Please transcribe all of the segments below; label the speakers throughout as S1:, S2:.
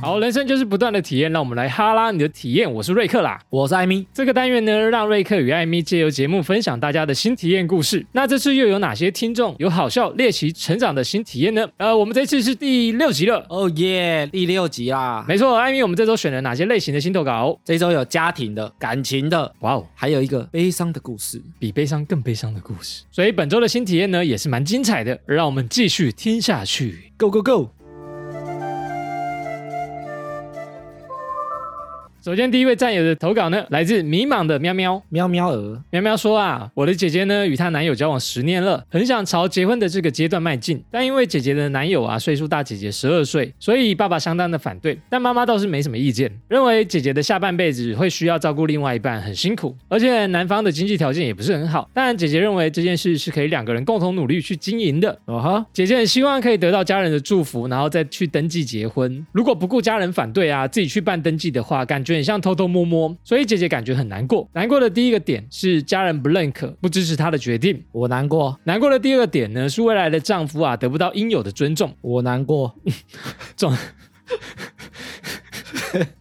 S1: 好，人生就是不断的体验，让我们来哈拉你的体验。我是瑞克啦。
S2: 我是艾米，
S1: 这个单元呢，让瑞克与艾米借由节目分享大家的新体验故事。那这次又有哪些听众有好笑、猎奇、成长的新体验呢？呃，我们这次是第六集了。
S2: 哦耶，第六集啦。
S1: 没错，艾米，我们这周选了哪些类型的新投稿？
S2: 这一周有家庭的、感情的，
S1: 哇哦，
S2: 还有一个悲伤的故事。
S1: 比悲伤更悲伤的故事。所以本周的新体验呢，也是蛮精彩的，让我们继续听下去。
S2: Go go go！
S1: 首先，第一位战友的投稿呢，来自迷茫的喵喵。
S2: 喵喵鹅，
S1: 喵喵说啊，我的姐姐呢与她男友交往十年了，很想朝结婚的这个阶段迈进，但因为姐姐的男友啊岁数大姐姐十二岁，所以爸爸相当的反对，但妈妈倒是没什么意见，认为姐姐的下半辈子会需要照顾另外一半，很辛苦，而且男方的经济条件也不是很好，但姐姐认为这件事是可以两个人共同努力去经营的，
S2: 哦哈，
S1: 姐姐很希望可以得到家人的祝福，然后再去登记结婚。如果不顾家人反对啊，自己去办登记的话，感觉很像偷偷摸摸，所以姐姐感觉很难过。难过的第一个点是家人不认可、不支持她的决定。
S2: 我难过，
S1: 难过的第二个点呢，是未来的丈夫啊得不到应有的尊重，
S2: 我难过，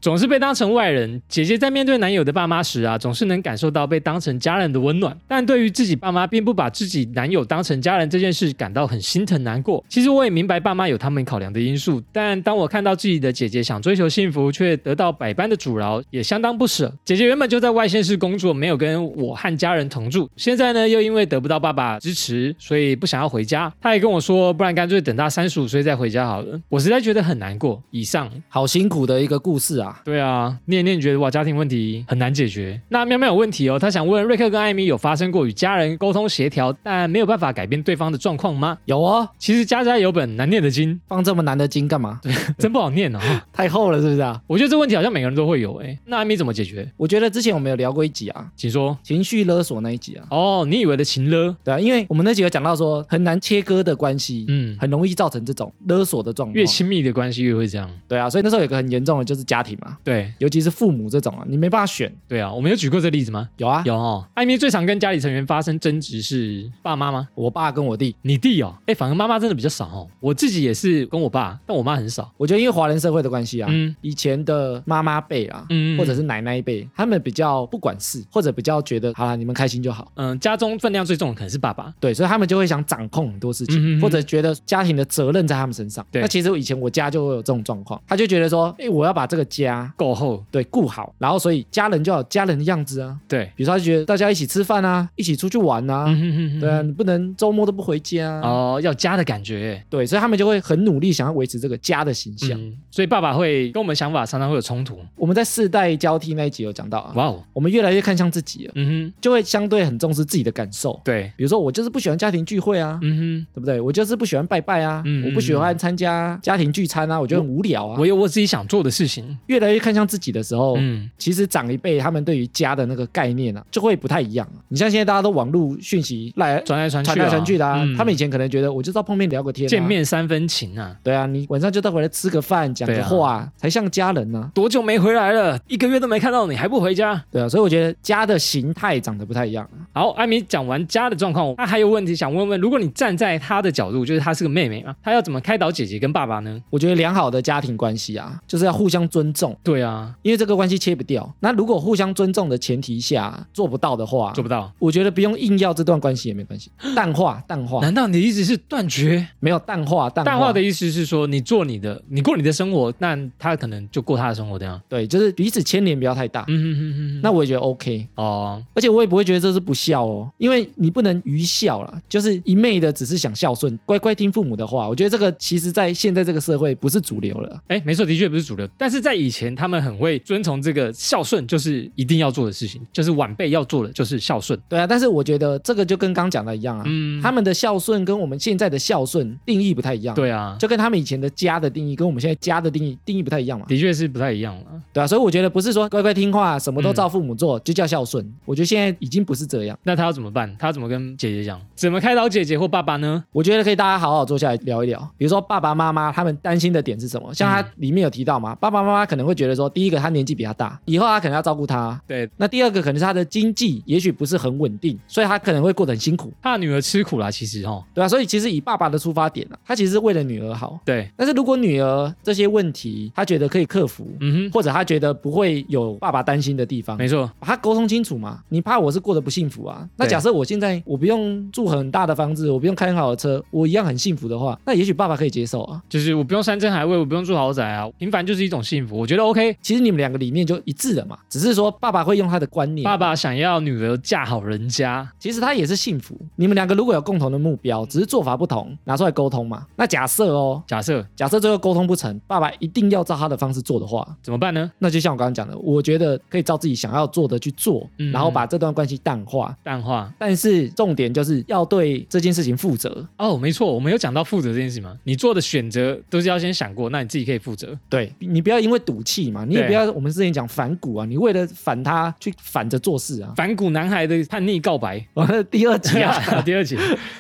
S1: 总是被当成外人。姐姐在面对男友的爸妈时啊，总是能感受到被当成家人的温暖，但对于自己爸妈并不把自己男友当成家人这件事感到很心疼难过。其实我也明白爸妈有他们考量的因素，但当我看到自己的姐姐想追求幸福却得到百般的阻挠，也相当不舍。姐姐原本就在外县市工作，没有跟我和家人同住，现在呢又因为得不到爸爸支持，所以不想要回家。她也跟我说，不然干脆等她三十五岁再回家好了。我实在觉得很难过。以上
S2: 好辛苦的一个故事啊。
S1: 对啊，念念觉得哇，家庭问题很难解决。那喵喵有问题哦，他想问瑞克跟艾米有发生过与家人沟通协调，但没有办法改变对方的状况吗？
S2: 有哦，
S1: 其实家家有本难念的经，
S2: 放这么难的经干嘛？
S1: 真不好 念哦。
S2: 太厚了是不是啊？
S1: 我觉得这问题好像每个人都会有哎。那艾米怎么解决？
S2: 我觉得之前我们有聊过一集啊，
S1: 请说。
S2: 情绪勒索那一集啊，
S1: 哦，你以为的情勒，
S2: 对啊，因为我们那集有讲到说很难切割的关系，
S1: 嗯，
S2: 很容易造成这种勒索的状况
S1: 越。亲密的关系越会这样。
S2: 对啊，所以那时候有个很严重的就是家庭嘛，
S1: 对
S2: 尤其是父母这种啊，你没办法选。
S1: 对啊，我们有举过这例子吗？
S2: 有啊，
S1: 有哦。艾米最常跟家里成员发生争执是爸妈吗？
S2: 我爸跟我弟，
S1: 你弟哦，哎，反而妈妈真的比较少哦。我自己也是跟我爸，但我妈很少。
S2: 我觉得因为华人社会的关系啊，
S1: 嗯
S2: 以前的妈妈辈啊，
S1: 嗯
S2: 或者是奶奶一辈，他们比较不管事，或者比较觉得好啦，你们开心就好。
S1: 嗯，家中分量最重的可能是爸爸。
S2: 对，所以他们就会想掌控很多事情，
S1: 嗯嗯嗯
S2: 或者觉得家庭的责任在他们身上。
S1: 对
S2: 那其实以前我家就会有这种状况，他就觉得说，哎、我要把这个家
S1: 够厚，
S2: 对顾好，然后所以家人就要有家人的样子啊。
S1: 对，
S2: 比如说，他就觉得大家一起吃饭啊，一起出去玩啊，
S1: 嗯哼哼哼
S2: 对啊，你不能周末都不回家啊。
S1: 哦，要家的感觉，
S2: 对，所以他们就会很努力想要维持这个家的形象。
S1: 嗯，所以爸爸会跟我们想法常常会有冲突，
S2: 我们在世代交替那一集有讲到啊，
S1: 哇哦，
S2: 我们越来越看向自己啊了，
S1: 嗯哼，
S2: 就会相对很重视自己的感受。
S1: 对，
S2: 比如说，我就是不喜欢家庭聚会啊，
S1: 嗯
S2: 对不对？我就是不喜欢拜拜啊，
S1: 嗯
S2: 我不喜欢参加家庭聚餐啊，我觉得很无聊
S1: 哼，
S2: 啊。
S1: 我有我自己想做的事情，
S2: 越来越看向自己的时候，
S1: 嗯，
S2: 其实长一辈他们对于家的那个概念啊，就会不太一样、啊。你像现在大家都网络讯息来
S1: 传来传去啊，
S2: 传来传去的啊，
S1: 嗯
S2: 他们以啊前可能觉得我就是要碰面聊个天、
S1: 见。面三分情啊，
S2: 对啊，你晚上就带回来吃个饭，讲
S1: 对
S2: 个
S1: 啊
S2: 话，才像家人呢、
S1: 多久没回来了？一个月都没看到你，还不回家？
S2: 对啊，所以我觉得家的形态长得不太一样。啊
S1: 好，艾米讲完家的状况，他还有问题想问问，如果你站在他的角度，就是她是个妹妹嘛，她要怎么开导姐姐跟爸爸呢？
S2: 我觉得良好的家庭关系啊，就是要互相尊重，
S1: 对啊，
S2: 因为这个关系切不掉。那如果互相尊重的前提下做不到的话，
S1: 做不到。
S2: 我觉得不用硬要这段关系也没关系，淡化淡化，
S1: 难道你的意思是断绝？
S2: 没有淡化淡
S1: 嗯
S2: 化
S1: 淡化的意思是说，你做你的，你过你的生活，那他可能就过他的生活这样。
S2: 对，就是彼此牵连不要太大。
S1: 嗯哼哼哼，
S2: 那我也觉得 OK，
S1: 哦，
S2: 而且我也不会觉得这是不孝哦，因为你不能愚孝啦，就是一昧的只是想孝顺，乖乖听父母的话。我觉得这个其实在现在这个社会不是主流了。
S1: 哎，没错，的确不是主流，但是在以前他们很会遵从这个孝顺，就是一定要做的事情，就是晚辈要做的就是孝顺。
S2: 对啊，但是我觉得这个就跟刚讲的一样啊，
S1: 嗯，
S2: 他们的孝顺跟我们现在的孝顺定义不太一样。。
S1: 对啊，
S2: 就跟他们以前的家的定义跟我们现在家的定义定义不太一样嘛，
S1: 的确是不太一样了。
S2: 对啊，所以我觉得不是说乖乖听话，什么都照父母做、就叫孝顺，我觉得现在已经不是这样，
S1: 那他要怎么办？他要怎么跟姐姐讲？怎么开导姐姐或爸爸呢？
S2: 我觉得可以大家好好坐下来聊一聊，比如说爸爸妈妈他们担心的点是什么，像他里面有提到嘛，爸爸妈妈可能会觉得说，第一个她年纪比她大，以后她可能要照顾她。
S1: 对，
S2: 那第二个可能是她的经济也许不是很稳定，所以她可能会过得很辛苦，
S1: 怕女儿吃苦啦，其实哦，
S2: 对吧、啊所以其实以爸爸的出发点啊，他其实是为了女儿好。
S1: 对，
S2: 但是如果女儿这些问题，他觉得可以克服，
S1: 嗯哼，
S2: 或者他觉得不会有爸爸担心的地方，
S1: 没错，
S2: 把它沟通清楚嘛。你怕我是过得不幸福啊？那
S1: 对
S2: 假设我现在我不用住很大的房子，我不用开很好的车，我一样很幸福的话，那也许爸爸可以接受啊。
S1: 就是我不用山珍海味，我不用住豪宅啊，平凡就是一种幸福，我觉得 OK。
S2: 其实你们两个理念就一致了嘛，只是说爸爸会用他的观念，
S1: 爸爸想要女儿嫁好人家，
S2: 其实他也是幸福。你们两个如果有共同的目标，只是做法不同，拿出来沟通嘛。那假设哦，
S1: 假设
S2: 假设最后沟通不成，爸爸一定要照他的方式做的话，
S1: 怎么办呢？
S2: 那就像我刚刚讲的，我觉得可以照自己想要做的去做，
S1: 嗯
S2: 然后把这段关系淡化。
S1: 淡化
S2: 但是重点就是要对这件事情负责，
S1: 哦，没错，我们有讲到负责这件事嘛，你做的选择都是要先想过，那你自己可以负责。
S2: 对你不要因为赌气嘛，你也
S1: 对
S2: 不要我们之前讲反骨啊，你为了反他去反着做事啊。
S1: 反骨男孩的叛逆告白，
S2: 完了第二集啊，
S1: 第二集，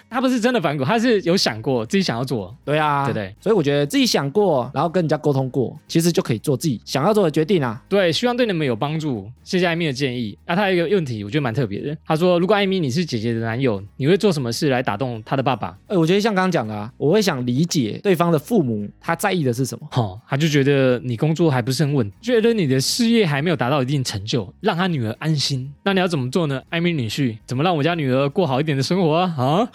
S1: 他不是真的反骨，他是有想过自己想要做。
S2: 对啊，
S1: 对对，
S2: 所以我觉得自己想过，然后跟人家沟通过，其实就可以做自己想要做的决定啊。
S1: 对，希望对你们有帮助。谢谢艾米的建议。那、他有一个问题，我觉得蛮特别的。他说，如果艾米你是姐姐的男友，你会做什么事来打动她的爸爸？
S2: 哎，我觉得像刚刚讲的啊，我会想理解对方的父母他在意的是什 么。
S1: 哦，他就觉得你工作还不是很稳，觉得你的事业还没有达到一定成就，让他女儿安心。那你要怎么做呢？艾米女婿，怎么让我家女儿过好一点的生活啊？啊，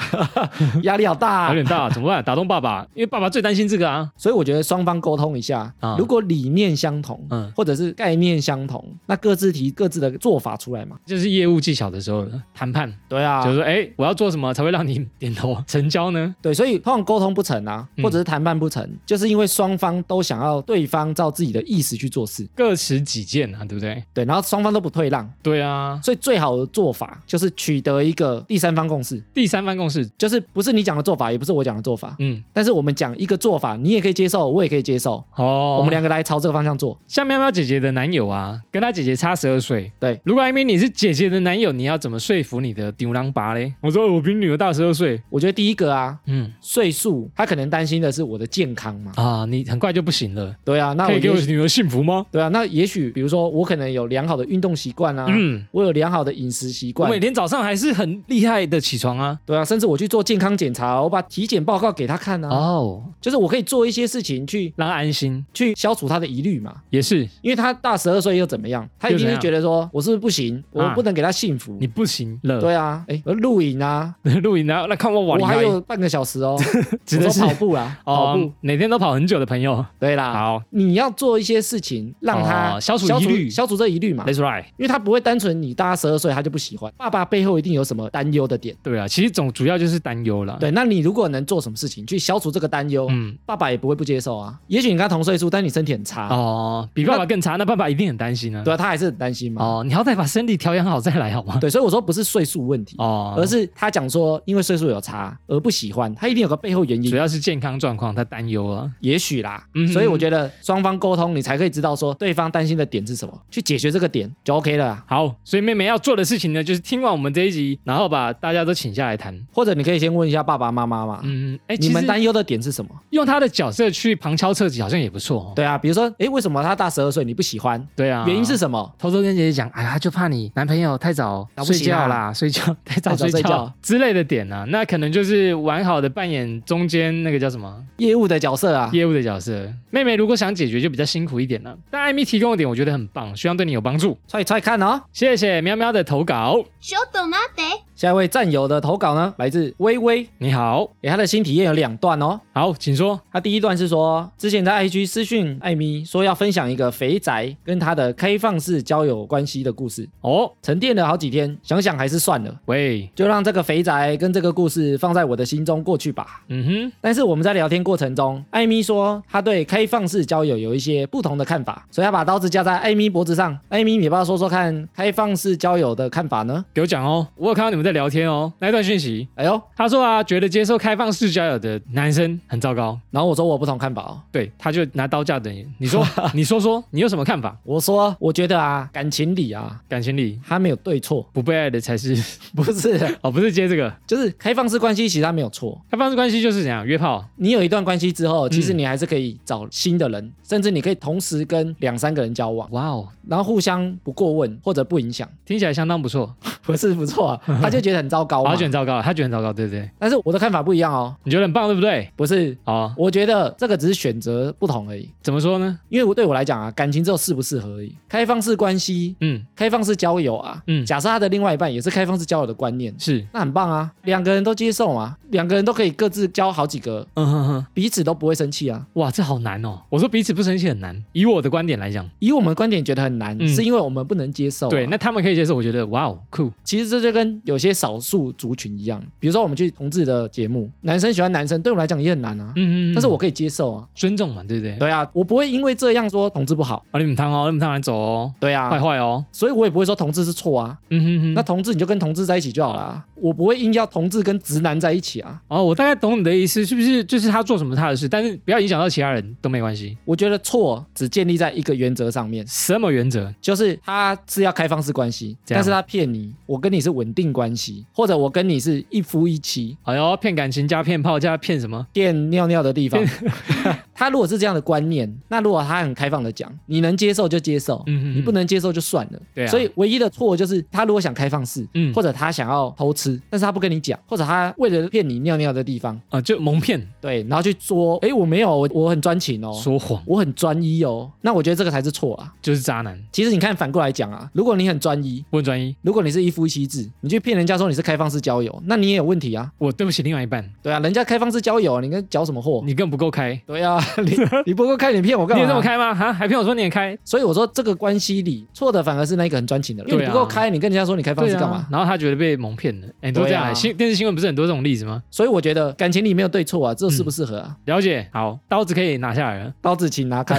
S2: 压力好大 啊、
S1: 有点大，怎么 办？打动爸爸，因为爸爸最担心这个啊。
S2: 所以我觉得双方沟通一下，
S1: 啊
S2: 如果理念相同，
S1: 嗯
S2: 或者是概念相同，那各自提各自的做法出来嘛。
S1: 就是业务技巧的时候呢谈判，
S2: 对啊
S1: 就是说，哎、我要做什么才会让你点头成交呢？
S2: 对，所以通常沟通不成啊，
S1: 嗯
S2: 或者是谈判不成，就是因为双方都想要对方照自己的意思去做事，
S1: 各持己见啊，对不对？
S2: 对，然后双方都不退让，
S1: 对啊，
S2: 所以最好的做法就是取得一个第三方共识，
S1: 第三方共识，
S2: 就是不是你讲的做法，也不是我讲的做法，
S1: 嗯，
S2: 但是我们讲一个做法，你也可以接受，我也可以接受，
S1: 哦，
S2: 我们两个来朝这个方向做。
S1: 像喵喵姐姐的男友啊，跟她姐姐差十二岁。
S2: 对，
S1: 如果艾米你是姐姐的男友，你要怎么说服你的牛郎拔嘞？我说我比女儿大十二岁。
S2: 我觉得第一个啊，
S1: 嗯
S2: 岁数，他可能担心的是我的健康嘛，
S1: 啊，你很快就不行了，
S2: 对啊，那我
S1: 可以给我
S2: 也许
S1: 女儿幸福吗？
S2: 对啊，那也许比如说我可能有良好的运动习惯啊，
S1: 嗯，
S2: 我有良好的饮食习
S1: 我
S2: 惯
S1: 每，天早上还是很厉害的起床啊。
S2: 对啊，甚至我去做健康检查，我把体检报告给他看啊，
S1: 哦，
S2: 就是我可以做一些事情去
S1: 让她安心
S2: 去消除他的疑虑嘛。
S1: 也是。
S2: 因为他大十二岁又怎么样？他一定
S1: 又怎
S2: 是
S1: 样
S2: 觉得说，我是不是不行？我
S1: 啊
S2: 不能给他幸福。
S1: 你不行了，
S2: 对啊，哎，露营啊，
S1: 露营然后来看我哇，
S2: 我
S1: 你
S2: 还有半个 小时哦，
S1: 指
S2: 我
S1: 的是
S2: 说跑步啦，跑步 啊
S1: 哦。，每天都跑很久的朋友。
S2: 对啦，
S1: 好
S2: 你要做一些事情让他
S1: 哦消除
S2: 消
S1: 疑
S2: 除
S1: 虑
S2: 消除这疑虑嘛。
S1: ，That's right。
S2: 因为他不会单纯你大他十二岁他就不喜欢，爸爸背后一定有什么担忧的点。
S1: 对啊，其实总主要就是担忧了。，
S2: 对，那你如果能做什么事情去消除这个担忧，
S1: 嗯，
S2: 爸爸也不会不接受啊。也许你跟他同岁数，但你身体很差，
S1: 哦，比爸爸更差，那爸爸一定很担心啊。
S2: 啊对啊，他还是很担心嘛。
S1: 哦，你好歹把身体调养好再来好吗？
S2: 对，所以我说不是岁数问题，
S1: 哦，
S2: 而是他讲说因为岁数有差而不喜欢，他一定有个背后原
S1: 主
S2: 因，
S1: 要是健康状况，他担忧啊。
S2: 也许啦。
S1: 嗯
S2: 所以我觉得双方沟通，你才可以知道说对方担心的点是什么，去解决这个点就 OK 了啊。
S1: 好，所以妹妹要做的事情呢，就是听完我们这一集，然后把大家都请下来谈。
S2: 或者你可以先问一下爸爸妈妈嘛，
S1: 嗯，哎，
S2: 你
S1: 其
S2: 们
S1: 实
S2: 担忧的点是什么？
S1: 用他的角色去旁敲侧击，好像也不错哦。
S2: 对啊，比如说，诶，为什么他大十二岁你不喜欢？
S1: 对啊，
S2: 原因是什么？
S1: 偷偷跟姐姐讲，哎呀，就怕你男朋友太早
S2: 啊不
S1: 睡
S2: 行啊
S1: 觉啦，睡觉 太早
S2: 太早
S1: 睡
S2: 睡
S1: 觉
S2: 觉
S1: 之类的点啊，那可能就是完好的扮演中间那个叫什么
S2: 业务的角色啊，
S1: 业务的角色。妹妹如果想解决，就比较辛苦一点了。但艾米提供的点，我觉得很棒，希望对你有帮助。
S2: 踹踹看哦。
S1: 谢谢喵喵的投稿，
S3: ちょっと待って。
S2: 下一位战友的投稿呢，来自微微，
S1: 你好，
S2: 诶，他的新体验有两段哦。
S1: 好，请说。
S2: 他第一段是说，之前在 IG 私讯艾米说要分享一个肥宅跟他的开放式交友关系的故事，
S1: 哦，
S2: 沉淀了好几天，想想还是算了，
S1: 喂，
S2: 就让这个肥宅跟这个故事放在我的心中过去吧。
S1: 嗯哼，
S2: 但是我们在聊天过程中，艾米说她对开放式交友有一些不同的看法，所以她把刀子架在艾米脖子上。艾米，你要不要说说看开放式交友的看法呢？
S1: 给我讲哦。我有看到你们在聊天哦，那一段讯息。
S2: 哎呦，
S1: 他说啊，觉得接受开放式交友的男生很糟糕，
S2: 然后我说我有不同看法哦。
S1: 对，他就拿刀架着你。你 说，你说说，你有什么看法？
S2: 我说，我觉得啊，感情里啊，
S1: 感情里
S2: 他没有对错，
S1: 不被爱的才是
S2: 不是，
S1: 哦，不是接这个
S2: 就是开放式关系，其实他没有错。
S1: 开放式关系就是怎样约炮，
S2: 你有一段关系之后，其实
S1: 嗯
S2: 你还是可以找新的人，甚至你可以同时跟两三个人交往，
S1: 哇哦，
S2: 然后互相不过问或者不影响，
S1: 听起来相当不错，
S2: 不是不错、 啊，他就觉得很糟糕嘛
S1: 他觉得。很糟糕，他觉得很糟糕，对不对？
S2: 但是我的看法不一样哦，
S1: 你觉得很棒，对不对？
S2: 不是，
S1: 哦，
S2: 我觉得这个只是选择不同而已。
S1: 怎么说呢？
S2: 因为我对我来讲啊，感情只有适不适合而已。开放式关系、
S1: 嗯，
S2: 开放式交友啊，
S1: 嗯
S2: 假设他的另外一半也是开放式交友的观念，
S1: 是，
S2: 那很棒啊，两个人都接受嘛，两个人都可以各自交好几个，
S1: 嗯哼哼，
S2: 彼此都不会生气啊。
S1: 哇，这好难哦。我说彼此不生气很难，以我的观点来讲，
S2: 以我们观点觉得很难，
S1: 嗯
S2: 是因为我们不能接受啊、
S1: 对，那他们可以接受，我觉得哇哦酷，
S2: 其实这就跟有些少数族群一样，比如说我们去同志的节目，男生喜欢男生，对我来讲也很难啊，
S1: 嗯嗯，嗯
S2: 但是我可以接受啊。
S1: 尊重嘛，对不对？
S2: 对啊，我不会因为这样说同志不好。
S1: 啊，你们汤哦，你们汤来走哦，
S2: 对
S1: 坏
S2: 啊，
S1: 坏哦，
S2: 所以我也不会说同志是错啊。
S1: 嗯哼哼。
S2: 那同志你就跟同志在一起就好啦，我不会硬要同志跟直男在一起啊。
S1: 哦，我大概懂你的意思，是不是？就是他做什么他的事，但是不要影响到其他人都没关系。
S2: 我觉得错只建立在一个原则上面，
S1: 什么原则？
S2: 就是他是要开放式关系，
S1: 这样
S2: 但是他骗你，我跟你是稳定关系，或者我跟你是一夫一妻，
S1: 哎呦，骗感情加骗炮加骗什么？
S2: 骗尿尿的 地方。 他如果是这样的观念，那如果他很开放的讲，你能接受就接受，
S1: 嗯嗯嗯
S2: 你不能接受就算了。
S1: 对啊
S2: 所以唯一的错就是他如果想开放式，
S1: 嗯
S2: 或者他想要偷吃，但是他不跟你讲，或者他为了骗你尿尿的地方，
S1: 啊、就蒙骗、
S2: 对，然后去说，哎，我没有，我我很专情哦。
S1: 说谎，
S2: 我很专一哦，那我觉得这个才是错啊。
S1: 就是渣男。
S2: 其实你看，反过来讲啊，如果你很专一，
S1: 问专一，
S2: 如果你是一夫一妻制，你去骗人家说你是开放式交友，那你也有问题啊。
S1: 我对不起另外一半，
S2: 对啊，人家开放式交友，你跟搅什么祸？
S1: 你根本不够开，
S2: 对啊， 你你不够看你哦骗我干
S1: 你
S2: 嘛？
S1: 也这么？开吗？哈，还骗我说你也开，
S2: 所以我说这个关系里错的反而是那个很专情的人，因为
S1: 对
S2: 你
S1: 啊
S2: 不够开，你跟人家说你开放
S1: 对
S2: 式
S1: 啊
S2: 干嘛？
S1: 然后他觉得被蒙骗了，哎、都这样、
S2: 对啊
S1: 新电视新闻不是很多这种例子吗？
S2: 所以我觉得感情里没有对错啊，这适不适合啊？
S1: 了解，好，刀子可以拿下来了，
S2: 刀子请拿开。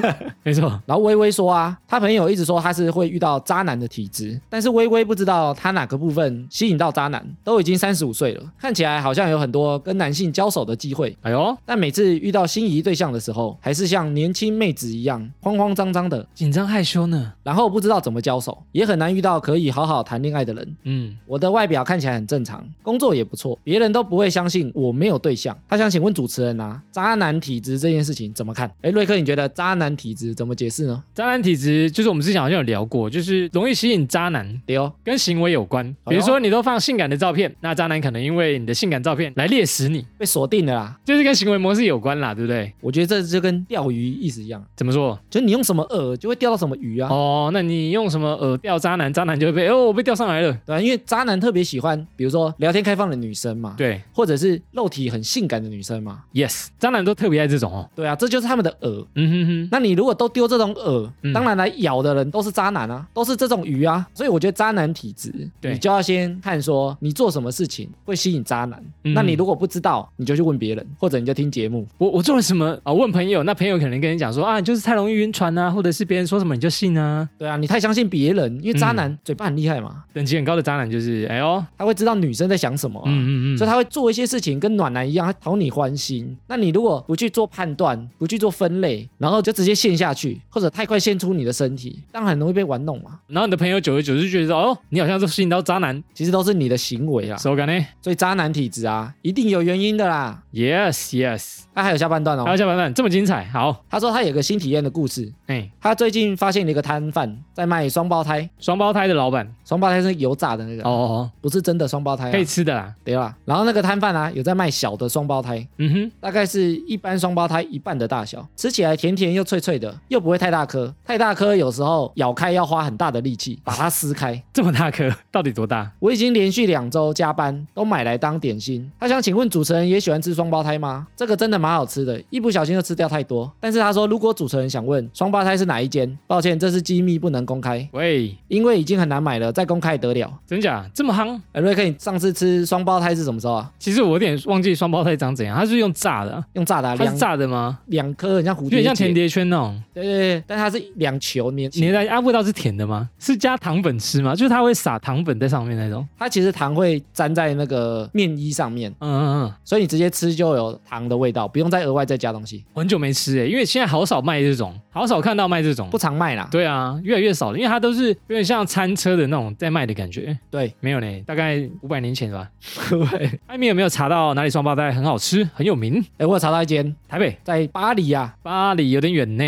S1: 没错，
S2: 然后微微说啊，他朋友一直说他是会遇到渣男的体质，但是微微不知道他哪个部分吸引到渣男，都已经三十五岁了，看起来好像有很多跟男性交手的机会，
S1: 哎呦，
S2: 但每次遇到心仪对象的时候，还是像年轻妹子一样慌慌张张的，
S1: 紧张害羞呢，
S2: 然后不知道怎么交手，也很难遇到可以好好谈恋爱的人。
S1: 嗯，
S2: 我的外表看起来很正常，工作也不错，别人都不会相信我没有对象。他想请问主持人啊，渣男体质这件事情怎么看？诶，瑞克，你觉得渣男体质怎么解释呢？
S1: 渣男体质就是我们之前好像有聊过，就是容易吸引渣男。
S2: 对哦，
S1: 跟行为有关，
S2: 哎
S1: 比如说你都放性感的照片，那渣男可能因为你的性感照片来猎食你，
S2: 被锁定了啦。
S1: 就是跟行为模式有关啦，对不对？
S2: 我觉得这就跟钓鱼意思一样，
S1: 怎么说？
S2: 就是你用什么饵就会钓到什么鱼啊，
S1: 哦，那你用什么饵钓渣男，渣男就会被哦，我被钓上来了。
S2: 对吧、因为渣男特别喜欢，比如说聊天开放的女生嘛，，
S1: 对
S2: 或者是肉体很性感的女生嘛，
S1: ，yes，渣男都特别爱这种哦。
S2: 对啊，这就是他们的饵。
S1: 嗯哼哼，
S2: 那你如果都丢这种饵，
S1: 嗯
S2: 当然来咬的人都是渣男啊，都是这种鱼啊，所以我觉得渣男体质，
S1: 对
S2: 你就要先看说你做什么事情会吸引渣男。
S1: 嗯
S2: 那你如果不知道，你就去问别人，或者你就听节目。
S1: 我我做了什么啊、问朋友，那朋友可能跟你讲说啊，你就是太容易晕船啊，或者是别人说什么你就信啊。
S2: 对啊，你太相信别人，因为渣
S1: 嗯
S2: 男嘴巴很厉害嘛，
S1: 等级很高的渣男就是，哎呦，
S2: 他会知道女生在想什么啊、
S1: 嗯嗯嗯，
S2: 所以他会做一些事情跟暖男一样，他讨你欢心。那你如果不去做判断，不去做分类，然后就直接陷下去，或者太快献出你的身体，当然很容易被玩弄嘛。
S1: 然后你的朋友久而久之觉得哦，你好像是吸引到渣男，
S2: 其实都是你的行为啊，
S1: 手感呢
S2: 所以渣男体质啊，一定有原因的啦。
S1: ？Yes Yes，
S2: 他、还有下半段
S1: 还有
S2: 哦，
S1: 小板板这么精彩，好，
S2: 他说他有个新体验的故事。
S1: 哎，
S2: 他最近发现了一个摊贩在卖双胞胎，
S1: 双胞胎的老板，
S2: 双胞胎是油炸的那个，
S1: 哦哦
S2: 不是真的双胞胎、
S1: 哦，
S2: 啊，
S1: 可以吃的啦，
S2: 对啦。然后那个摊贩啊，有在卖小的双胞胎，
S1: 嗯哼，
S2: 大概是一般双胞胎一半的大小，吃起来甜甜又脆脆的，又不会太大颗。太大颗有时候咬开要花很大的力气把它撕开。
S1: 这么大颗，到底多大？
S2: 我已经连续两周加班都买来当点心。他想请问主持人也喜欢吃双胞胎吗？这个真的蛮好吃的，一不小心就吃掉太多。但是他说，如果主持人想问双胞胎是哪一间，抱歉，这是机密，不能公开，
S1: 喂，
S2: 因为已经很难买了，再公开也得了。
S1: 真假这么夯？
S2: 哎，瑞克，你上次吃双胞胎是什么时候啊？
S1: 其实我有点忘记双胞胎长怎样，它是用炸的啊、
S2: 用炸的、啊，
S1: 它是
S2: 两
S1: 炸的吗？
S2: 两颗，很像蝴
S1: 有
S2: 蝶结，
S1: 点像甜叠圈那种，
S2: 对，对对对，但它是两球粘起来
S1: 你的啊味道是甜的吗？是加糖粉吃吗？就是它会撒糖粉在上面那种。
S2: 它其实糖会粘在那个面衣上面，
S1: 嗯嗯嗯，
S2: 所以你直接吃就有糖的味道，不用再额外再加东西，
S1: 我很久没吃欸诶、因为现在好少卖这种，好少看到卖这种
S2: 不。常卖啦。
S1: 对啊，越来越少了，因为它都是有点像餐车的那种在卖的感觉。
S2: 对，
S1: 没有呢，大概五百年前 吧。对，艾米有没有查到哪里双胞胎很好吃，很有名？
S2: 哎，我有查到一间
S1: 台北、
S2: 在巴黎啊，
S1: 巴黎有点远呢，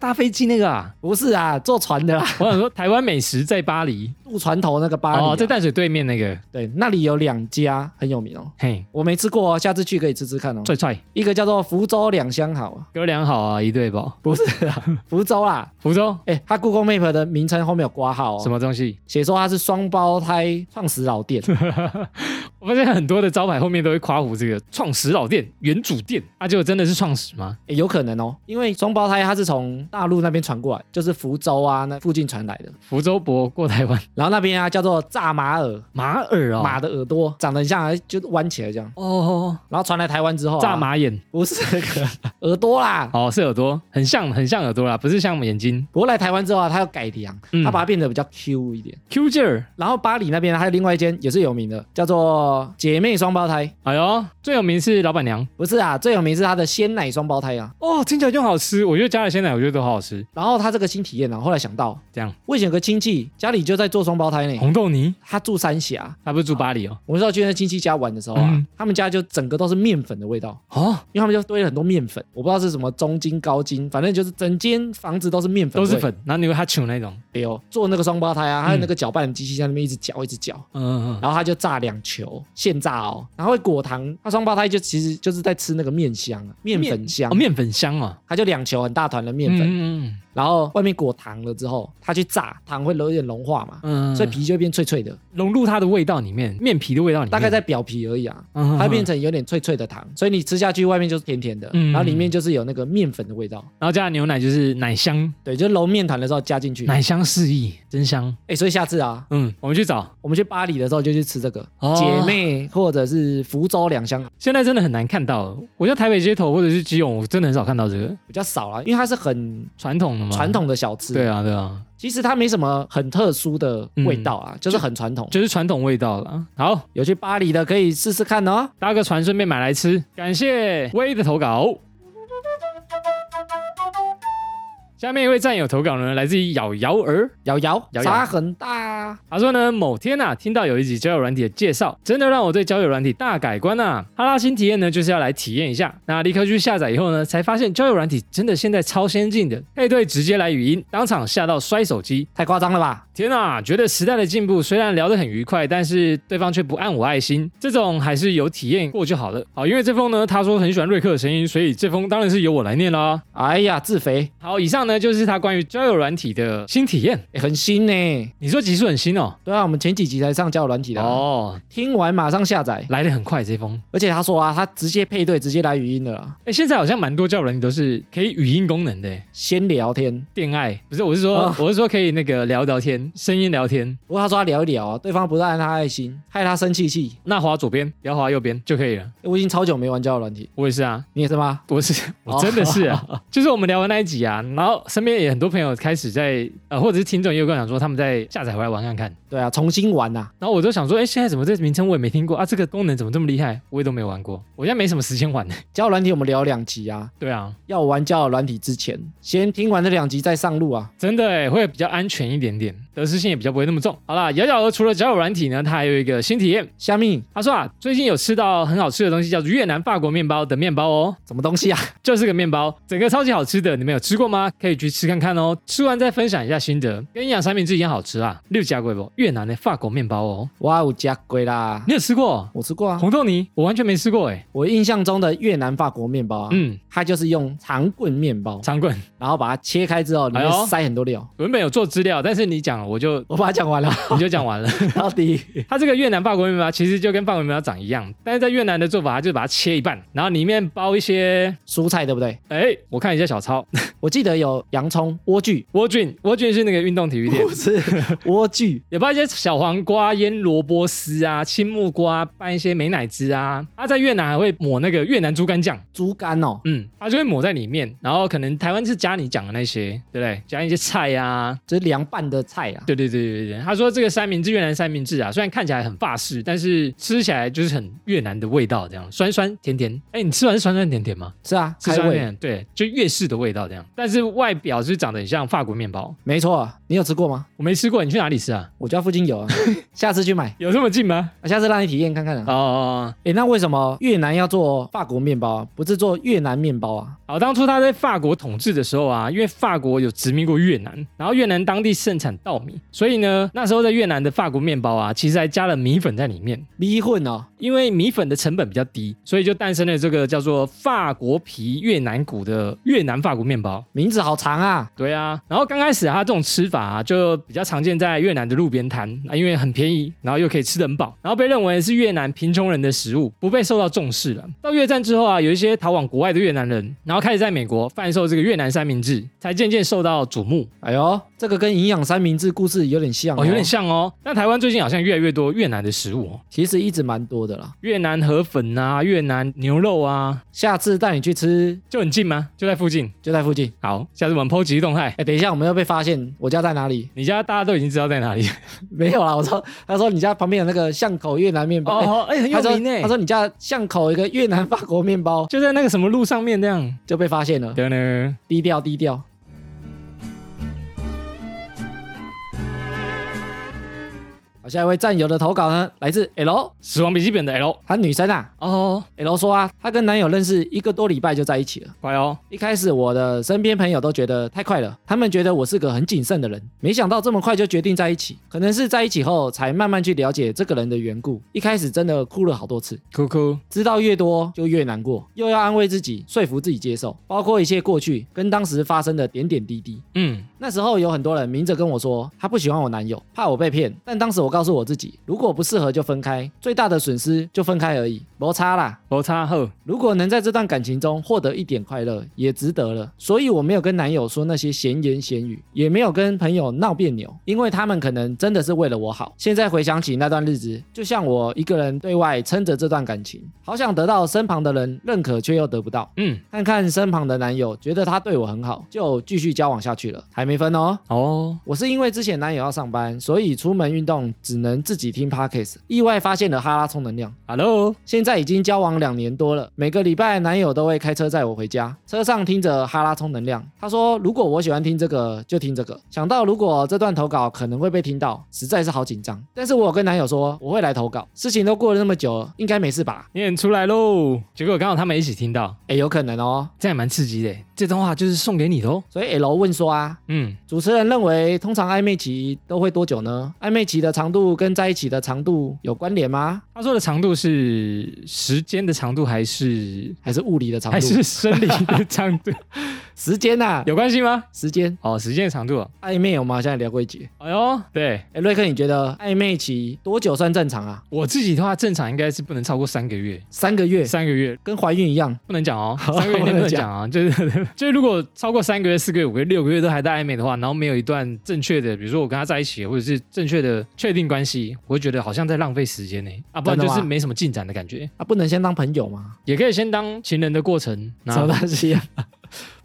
S1: 搭飞机那个啊。
S2: 不是啊， 坐船的啦，
S1: 我想说，台湾美食在巴黎，
S2: 渡船头那个巴黎啊、
S1: 哦，在淡水对面那个，
S2: 对，那里有两家很有名哦，
S1: 嘿，
S2: 我没吃过哦，下次去可以吃吃看哦。
S1: 帅帅，
S2: 一个叫做福州两相好啊，
S1: 哥俩好啊，一对吧？
S2: 不是啊，福州啦，
S1: 福州
S2: 哎，它 Google Map 的名称后面有挂号
S1: 什
S2: 哦，
S1: 么东西？
S2: 写说它是双胞胎创始 老店，
S1: 我发现很多的招牌后面都会夸胡这个创始老店、原主店，啊，结果真的是创始吗？
S2: 欸有可能哦，因为双胞胎它是从大陆那边传过来，就是福州啊那附近传来的。
S1: 福州博过台湾，
S2: 然后那边啊叫做炸马耳，
S1: 马尔哦，
S2: 马的耳朵长得很像啊，就弯起来这样。
S1: 哦，
S2: 然后传来台湾之后、啊，
S1: 炸马眼，
S2: 不是那个 耳朵啦。
S1: 哦，是耳朵，很像很像耳朵啦，不是像眼睛。
S2: 不过来台湾之后啊，它要改良，
S1: 嗯
S2: 它把它变得比较 Q 一点。
S1: Q 劲儿，
S2: 然后巴黎那边啊还有另外一间也是有名的，叫做姐妹双胞胎。
S1: 哎呦，最有名是老板娘
S2: 不是啊，最有名是它的鲜奶双胞胎啊。
S1: 哦，听起来就很好吃，我觉得加了鲜奶，我觉得都好好吃。
S2: 然后他这个新体验啊，后来想到，
S1: 这样哦
S2: 我以前有个亲戚家里就在做双胞胎呢，
S1: 红豆泥，
S2: 他住三峡，
S1: 他不是住巴黎哦，
S2: 我们那时候去那亲戚家玩的时候啊，
S1: 嗯
S2: 他们家就整个都是面粉的味道，
S1: 哦，
S2: 因为他们就堆了很多面粉，我不知道是什么中筋、高筋，反正就是整间房子都是面粉，
S1: 都是。粉，嗯然后你会哈球那种，
S2: 有哎做那个双胞胎啊，还有那个搅拌的机器在那边一直搅，一直搅。
S1: 嗯嗯嗯，
S2: 然后他就炸两球，现炸哦，然后会裹糖。他双胞胎就其实就是在吃那个面香啊，面粉香
S1: 哦，，面粉香哦，
S2: 他就两球很大团的面粉，
S1: 嗯嗯
S2: 然后外面裹糖了之后，他去炸，糖会有点融化嘛，
S1: 嗯，
S2: 所以皮就会变脆脆的，
S1: 融入它的味道里面，面皮的味道里面，
S2: 大概在表皮而已啊。
S1: 嗯，嗯
S2: 它会变
S1: 嗯
S2: 成有点脆脆的糖，所以你吃下去外面就是甜甜的，
S1: 嗯
S2: 然后里面就是有那个面粉的味道。
S1: 然后加了牛奶就是奶香，
S2: 对，就是揉面团的时候加进去。哎、
S1: 奶香四溢，真香。
S2: 所以下次啊，
S1: 嗯，我们去找
S2: 我们去巴黎的时候就去吃这个、
S1: 哦
S2: 姐妹或者是福州两香
S1: 现在真的很难看到了，我在台北街头或者是基隆，我真的很少看到这个
S2: 比较少啊啦，因为它是很
S1: 传统的嘛。
S2: 传统的小吃。
S1: 对，啊，对啊，
S2: 其实它没什么很特殊的味道啊，就是很传统。
S1: 就是传统味道了。好，
S2: 有去巴黎的可以试试看哦。
S1: 搭个船顺便买来吃。感谢威的投稿。下面一位战友投稿呢，来自于咬瑶儿，
S2: 瑶瑶，
S1: 瑶瑶
S2: 差很大啊，
S1: 他说呢，某天啊，听到有一集交友软体的介绍，真的让我对交友软体大改观啊！哈拉新体验呢，就是要来体验一下。那立刻去下载以后呢，才发现交友软体真的现在超先进的，配对直接来语音，当场吓到摔手机。
S2: 太夸张了吧？
S1: 天啊，觉得时代的进步，虽然聊得很愉快，但是对方却不按我爱心，这种还是有体验过就好了。好，因为这封呢，他说很喜欢瑞克的声音，所以这封当然是由我来念啦。
S2: 哎呀，自肥、
S1: 好，以上呢就是他关于交友软体的新体验。
S2: 欸很新呢、
S1: 你说集数很新哦？
S2: 对啊，我们前几集才上交友软体的啊、
S1: 哦，
S2: 听完马上下载。
S1: 来得很快这封。
S2: 而且他说啊，他直接配对，直接来语音的啊啦，
S1: 哎、现在好像蛮多交友软体都是可以语音功能的欸，
S2: 先聊天。
S1: 恋爱不是，我是说，
S2: 哦
S1: 我是说可以那个聊聊天，声音聊天。
S2: 不过他说他聊一聊啊，对方不但按他爱心，害他生气气。
S1: 那滑左边，不要滑右边就可以了。
S2: 欸我已经超久没玩交友软体，
S1: 我也是啊，
S2: 你也是吗？
S1: 我是我真的是啊，就是我们聊完那一集啊，然后身边也很多朋友开始在呃，或者是听众也有跟我讲说他们在下载回来玩看看，
S2: 对啊，重新玩呐、
S1: 然后我就想说，哎、现在怎么这名称我也没听过啊，这个功能怎么这么厉害，我也都没有玩过，我现在没什么时间玩。
S2: 交友软体我们聊两集啊，
S1: 对啊，
S2: 要玩交友软体之前，先听完这两集再上路啊。
S1: 真的诶会比较安全一点点，得失心也比较不会那么重。好啦，摇摇儿除了交友软体呢，它还有一个新体验，
S2: 虾米，
S1: 他说啊，最近有吃到很好吃的东西，叫做越南法国面包的面包哦，
S2: 什么 东西啊？
S1: 就是个面包，整个超级好吃的，你们有吃过吗？可以去吃看看哦。吃完再分享一下心得，跟营养三明治一样好吃啊。六家贵不？越南的法国面包哦，
S2: 哇，有加龟啦，
S1: 你有吃过？
S2: 我吃过啊，
S1: 红豆泥我完全没吃过哎、
S2: 我印象中的越南法国面包啊，
S1: 嗯，
S2: 他就是用长棍面包，
S1: 长棍
S2: 然后把它切开之后，里
S1: 哎呦
S2: 面塞很多料。
S1: 原本有做资料，但是你讲了我就
S2: 我把它讲 完了，
S1: 你就讲完了。
S2: 然后第一，
S1: 它这个越南法国面包其实就跟法国面包长一样，但是在越南的做法，它就是把它切一半，然后里面包一些，
S2: 蔬菜对不对？
S1: 哎、我看一下小抄，
S2: 我记得有洋葱、莴苣，
S1: 蜗苣，蜗苣是那个运动体育店
S2: 不。是莴苣，
S1: 也包一些小黄瓜、腌萝卜丝啊、青木瓜，拌一些美乃滋啊。它在越南还会抹那个越南猪肝酱，
S2: 猪肝哦，
S1: 嗯，它就会抹在里面。然后可能台湾是加你讲的那些，对不对？加一些菜啊，
S2: 就是凉拌的菜啊。
S1: 对对对对对。他说这个三明治越南三明治啊，虽然看起来很法式，但是吃起来就是很越南的味道，这样酸酸甜甜。哎，你吃完是酸酸甜甜吗？
S2: 是啊，
S1: 是
S2: 开
S1: 酸
S2: 胃，
S1: 甜，对，就越式的味道这样。但是外表是长得很像法国面包。
S2: 没错。啊你有吃过吗？
S1: 我没吃过，你去哪里吃啊？
S2: 我家附近有 啊，下次去买，
S1: 有这么近吗？
S2: 下次让你体验看看啊。
S1: 哦，
S2: 诶，那为什么越南要做法国面包啊？不是做越南面包啊？
S1: 好，当初他在法国统治的时候啊，因为法国有殖民过越南，然后越南当地盛产稻米，所以呢，那时候在越南的法国面包啊，其实还加了米粉在里面。
S2: 米混哦，
S1: 因为米粉的成本比较低，所以就诞生了这个叫做法国皮越南骨的越南法国面包。
S2: 名字好长啊。
S1: 对啊，然后刚开始啊，这种吃法啊，就比较常见在越南的路边摊啊，因为很便宜，然后又可以吃得很饱，然后被认为是越南贫穷人的食物，不被受到重视了。到越战之后啊，有一些逃往国外的越南人，然后开始在美国贩售这个越南三明治，才渐渐受到瞩目。
S2: 哎呦，这个跟营养三明治故事有点像
S1: 哦，有点。像哦。但台湾最近好像越来越多越南的食物哦，
S2: 其实一直蛮多的啦，
S1: 越南河粉啊，越南牛肉啊，
S2: 下次带你去吃
S1: 就很近吗？就在附近。
S2: 就在附近。
S1: 好，下次我们 PO 极动态。
S2: 哎，等一下，我们要被发现我家在哪里？
S1: 你家大家都已经知道在哪里
S2: 没有啦，我说，他说你家旁边有那个巷口越南面包。哎，
S1: 哎、很
S2: 他说他说你家巷口有一个越南法国面包
S1: 就在那个什么路上面那样。
S2: 就被发现了，
S1: 对呢。
S2: 低调低调。好，下一位战友的投稿呢，来自 L，
S1: 死亡笔记本的 L
S2: 她女生啊
S1: 哦，
S2: ，L 说啊，她跟男友认识一个多礼拜就在一起了。
S1: 乖哦，
S2: 一开始我的身边朋友都觉得太快了，他们觉得我是个很谨慎的人，没想到这么快就决定在一起，可能是在一起后才慢慢去了解这个人的缘故。一开始真的哭了好多次，
S1: 哭哭，
S2: 知道越多就越难过，又要安慰自己，说服自己接受，包括一切过去跟当时发生的点点滴滴。
S1: 嗯，
S2: 那时候有很多人明着跟我说他不喜欢我男友，怕我被骗，但当时我告诉我自己，如果不适合就分开，最大的损失就分开而已，摩擦啦。
S1: 摩擦后，
S2: 如果能在这段感情中获得一点快乐，也值得了。所以我没有跟男友说那些闲言闲语，也没有跟朋友闹别扭，因为他们可能真的是为了我好。现在回想起那段日子，就像我一个人对外撑着这段感情，好想得到身旁的人认可，却又得不到。
S1: 嗯，
S2: 看看身旁的男友，觉得他对我很好，就继续交往下去了，还没分哦。
S1: 哦，
S2: 我是因为之前男友要上班，所以出门运动只能自己听 podcast，意外发现了哈拉充能量。
S1: ，Hello，
S2: 现在已经交往两年多了，每个礼拜男友都会开车载我回家，车上听着哈拉充能量。他说如果我喜欢听这个就听这个。想到如果这段投稿可能会被听到，实在是好紧张。但是我有跟男友说我会来投稿，事情都过了那么久了，应该没事吧？
S1: 你演出来喽，结果刚好他们一起听到，
S2: 诶，有可能哦。
S1: 这样蛮刺激的，这段话就是送给你的哦，
S2: 所以 L 问说啊，
S1: 嗯，
S2: 主持人认为通常暧昧期都会多久呢？暧昧期的长度跟在一起的长度有关联吗？
S1: 他说的长度是时间的长度还是
S2: 还是物理的长
S1: 还
S2: 度？
S1: 是生理的长 度
S2: 时间呐、
S1: 有关系吗？
S2: 时间
S1: 哦，时间的长度哦，
S2: 暧昧我们好像也聊过一节。
S1: 哎呦，对
S2: 哎，瑞克，你觉得暧昧期多久算正常啊？
S1: 我自己的话，正常应该是不能超过三个月，
S2: 三个月，
S1: 三个月
S2: 跟怀孕一样。
S1: 不能讲哦，三个月内不能讲啊，就是 就是如果超过三个月、四个月、五个月、六个月都还在暧昧的话，然后没有一段正确的，比如说我跟他在一起，或者是正确的确定关系，我会觉得好像在浪费时间呢、啊，不然就
S2: 真
S1: 是
S2: 的吗
S1: 没什么进展的感觉。
S2: 啊，不能先当朋友吗？
S1: 也可以先当情人的过 程，
S2: 什么
S1: 那
S2: 东西啊？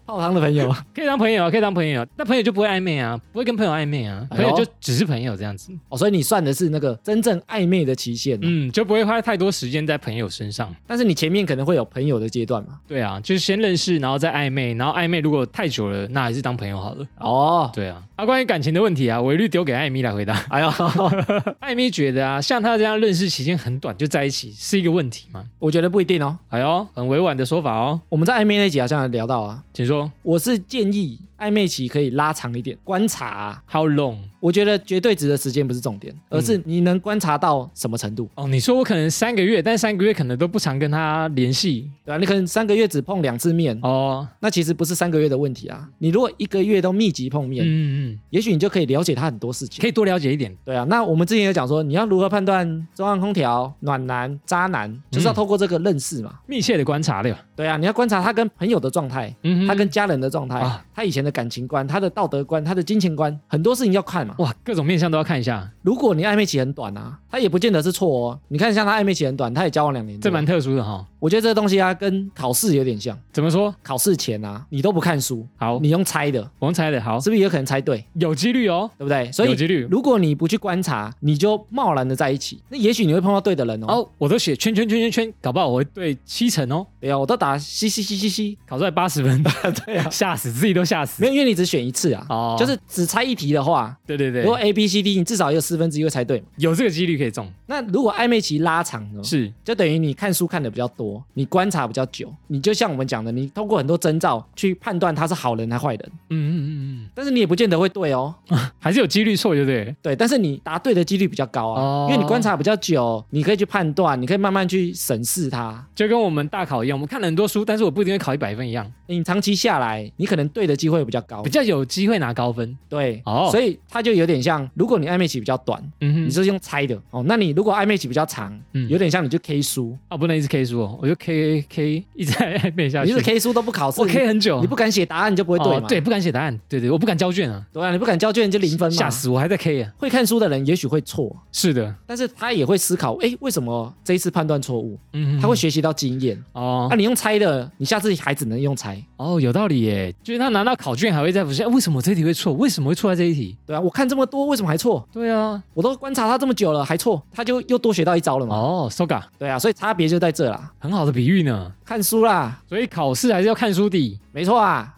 S2: 泡汤的朋友啊？
S1: 可以当朋友啊，可以当朋友啊，但朋友就不会暧昧啊，不会跟朋友暧昧啊，
S2: 哎
S1: 朋
S2: 呦
S1: 友就只是朋友这样子，
S2: 哦，所以你算的是那个真正暧昧的期限啊、
S1: 嗯，就不会花太多时间在朋友身上。
S2: 但是你前面可能会有朋友的阶段嘛？
S1: 对啊，就是先认识，然后再暧昧，然后暧昧如果太久了，那还是当朋友好了。
S2: 哦，
S1: 对啊，啊，关于感情的问题啊，我一律丢给艾米来回答。
S2: 哎呦，
S1: 艾米觉得啊，像他这样认识期间很短就在一起是一个问题吗？
S2: 我觉得不一定哦。
S1: 哎呦，很委婉的说法哦，
S2: 我们在暧昧那集好像有聊到啊，
S1: 请说。
S2: 我是建议暧昧期可以拉长一点，观察啊、
S1: How long？
S2: 我觉得绝对值的时间不是重点，而
S1: 嗯
S2: 是你能观察到什么程度，
S1: 哦，你说我可能三个月，但三个月可能都不常跟他联系
S2: 对吧、啊你可能三个月只碰两次面，
S1: 哦。
S2: 那其实不是三个月的问题啊。你如果一个月都密集碰面，
S1: 嗯嗯，
S2: 也许你就可以了解他很多事
S1: 可
S2: 情。
S1: 以多了解一点。
S2: 对啊，那我们之前有讲说，你要如何判断中央空调暖男、渣男，就是
S1: 嗯
S2: 要透过这个认识嘛。
S1: 密切的观察了，
S2: 对啊，你要观察他跟朋友的状态，
S1: 嗯哼
S2: 他跟家人的状态，
S1: 啊
S2: 他以前的感情观、他的道德观、他的金钱观，很多事情要看嘛。
S1: 哇各种面相都要看一下，
S2: 如果你暧昧期很短啊，他也不见得是错哦。你看，像他暧昧期很短，他也交往两年多，
S1: 这蛮特殊的哈。
S2: 我觉得这东西啊，跟考试有点像。
S1: 怎么说？
S2: 考试前啊，你都不看书，
S1: 好，
S2: 你用猜的，
S1: 我们猜的好，
S2: 是不是有可能猜对？
S1: 有几率哦，
S2: 对不对？所
S1: 有
S2: 以
S1: 几率。
S2: 如果你不去观察，你就贸然的在一起，那也许你会碰到对的人哦。
S1: 哦，我都写圈圈圈圈圈，搞不好我会对七成哦，
S2: 对啊，我都打嘻嘻嘻嘻嘻，
S1: 考出来八十 分，
S2: 对啊，
S1: 吓死自己都吓死
S2: 没。有，因为你只选一次啊，
S1: 哦，
S2: 就是只猜一题的话，
S1: 对对对
S2: 如，果 A B C D，你至少有四分之一会猜对嘛。
S1: 有这个几率可以中，
S2: 那如果暧昧期拉长呢？
S1: 是
S2: 就等于你看书看的比较多，你观察比较久，你就像我们讲的，你通过很多征兆去判断他是好人还是坏人，
S1: 嗯嗯嗯
S2: 但是你也不见得会对哦。
S1: 嗯，还是有几率错，对不对了？
S2: 对，但是你答对的几率比较高啊，
S1: 哦
S2: 因为你观察比较久，你可以去判断，你可以慢慢去审视它。
S1: 就跟我们大考一样，我们看了很多书，但是我不一定会考一百分一样，
S2: 你长期下来，你可能对的机会比较高
S1: 比。较有机会拿高分。
S2: 对，
S1: 哦
S2: 所以它就有点像，如果你暧昧期比较短，
S1: 嗯
S2: 你
S1: 哼，
S2: 是用猜的哦。那你如果暧昧期比较长，
S1: 嗯
S2: 有点像你就 K 书，
S1: 啊，不能一直 K 书哦，我就 K K 一直在背下
S2: 你
S1: 去
S2: 就是 K 书都不考试
S1: 我 K 很久，
S2: 你你不敢写答案，你就不会对
S1: 哦
S2: 嘛？
S1: 对，不敢写答案，对对，我不敢交卷啊，
S2: 对啊，你不敢交卷就零分嘛。
S1: 吓！死我还在 K 啊。
S2: 会看书的人也许会错，
S1: 是的，
S2: 但是他也会思考，哎，为什么这一次判断错误？
S1: 嗯
S2: 他会学习到经验。
S1: 哦、
S2: 啊，你用猜的，你下次还只能用猜。
S1: 哦，有道理耶，就是他拿到考卷还会再复习，哎为什么我这题会错？为什么会错在这一题？
S2: 对啊，我看这么多，为什么还错？
S1: 对啊，
S2: 我都观察他这么久了，还错，他就又多学到一招了嘛。
S1: 哦，Soga
S2: 对啊，所以差别就在这啦，
S1: 很好的比喻呢，
S2: 看书啦，
S1: 所以考试还是要看书的。
S2: 没错啊。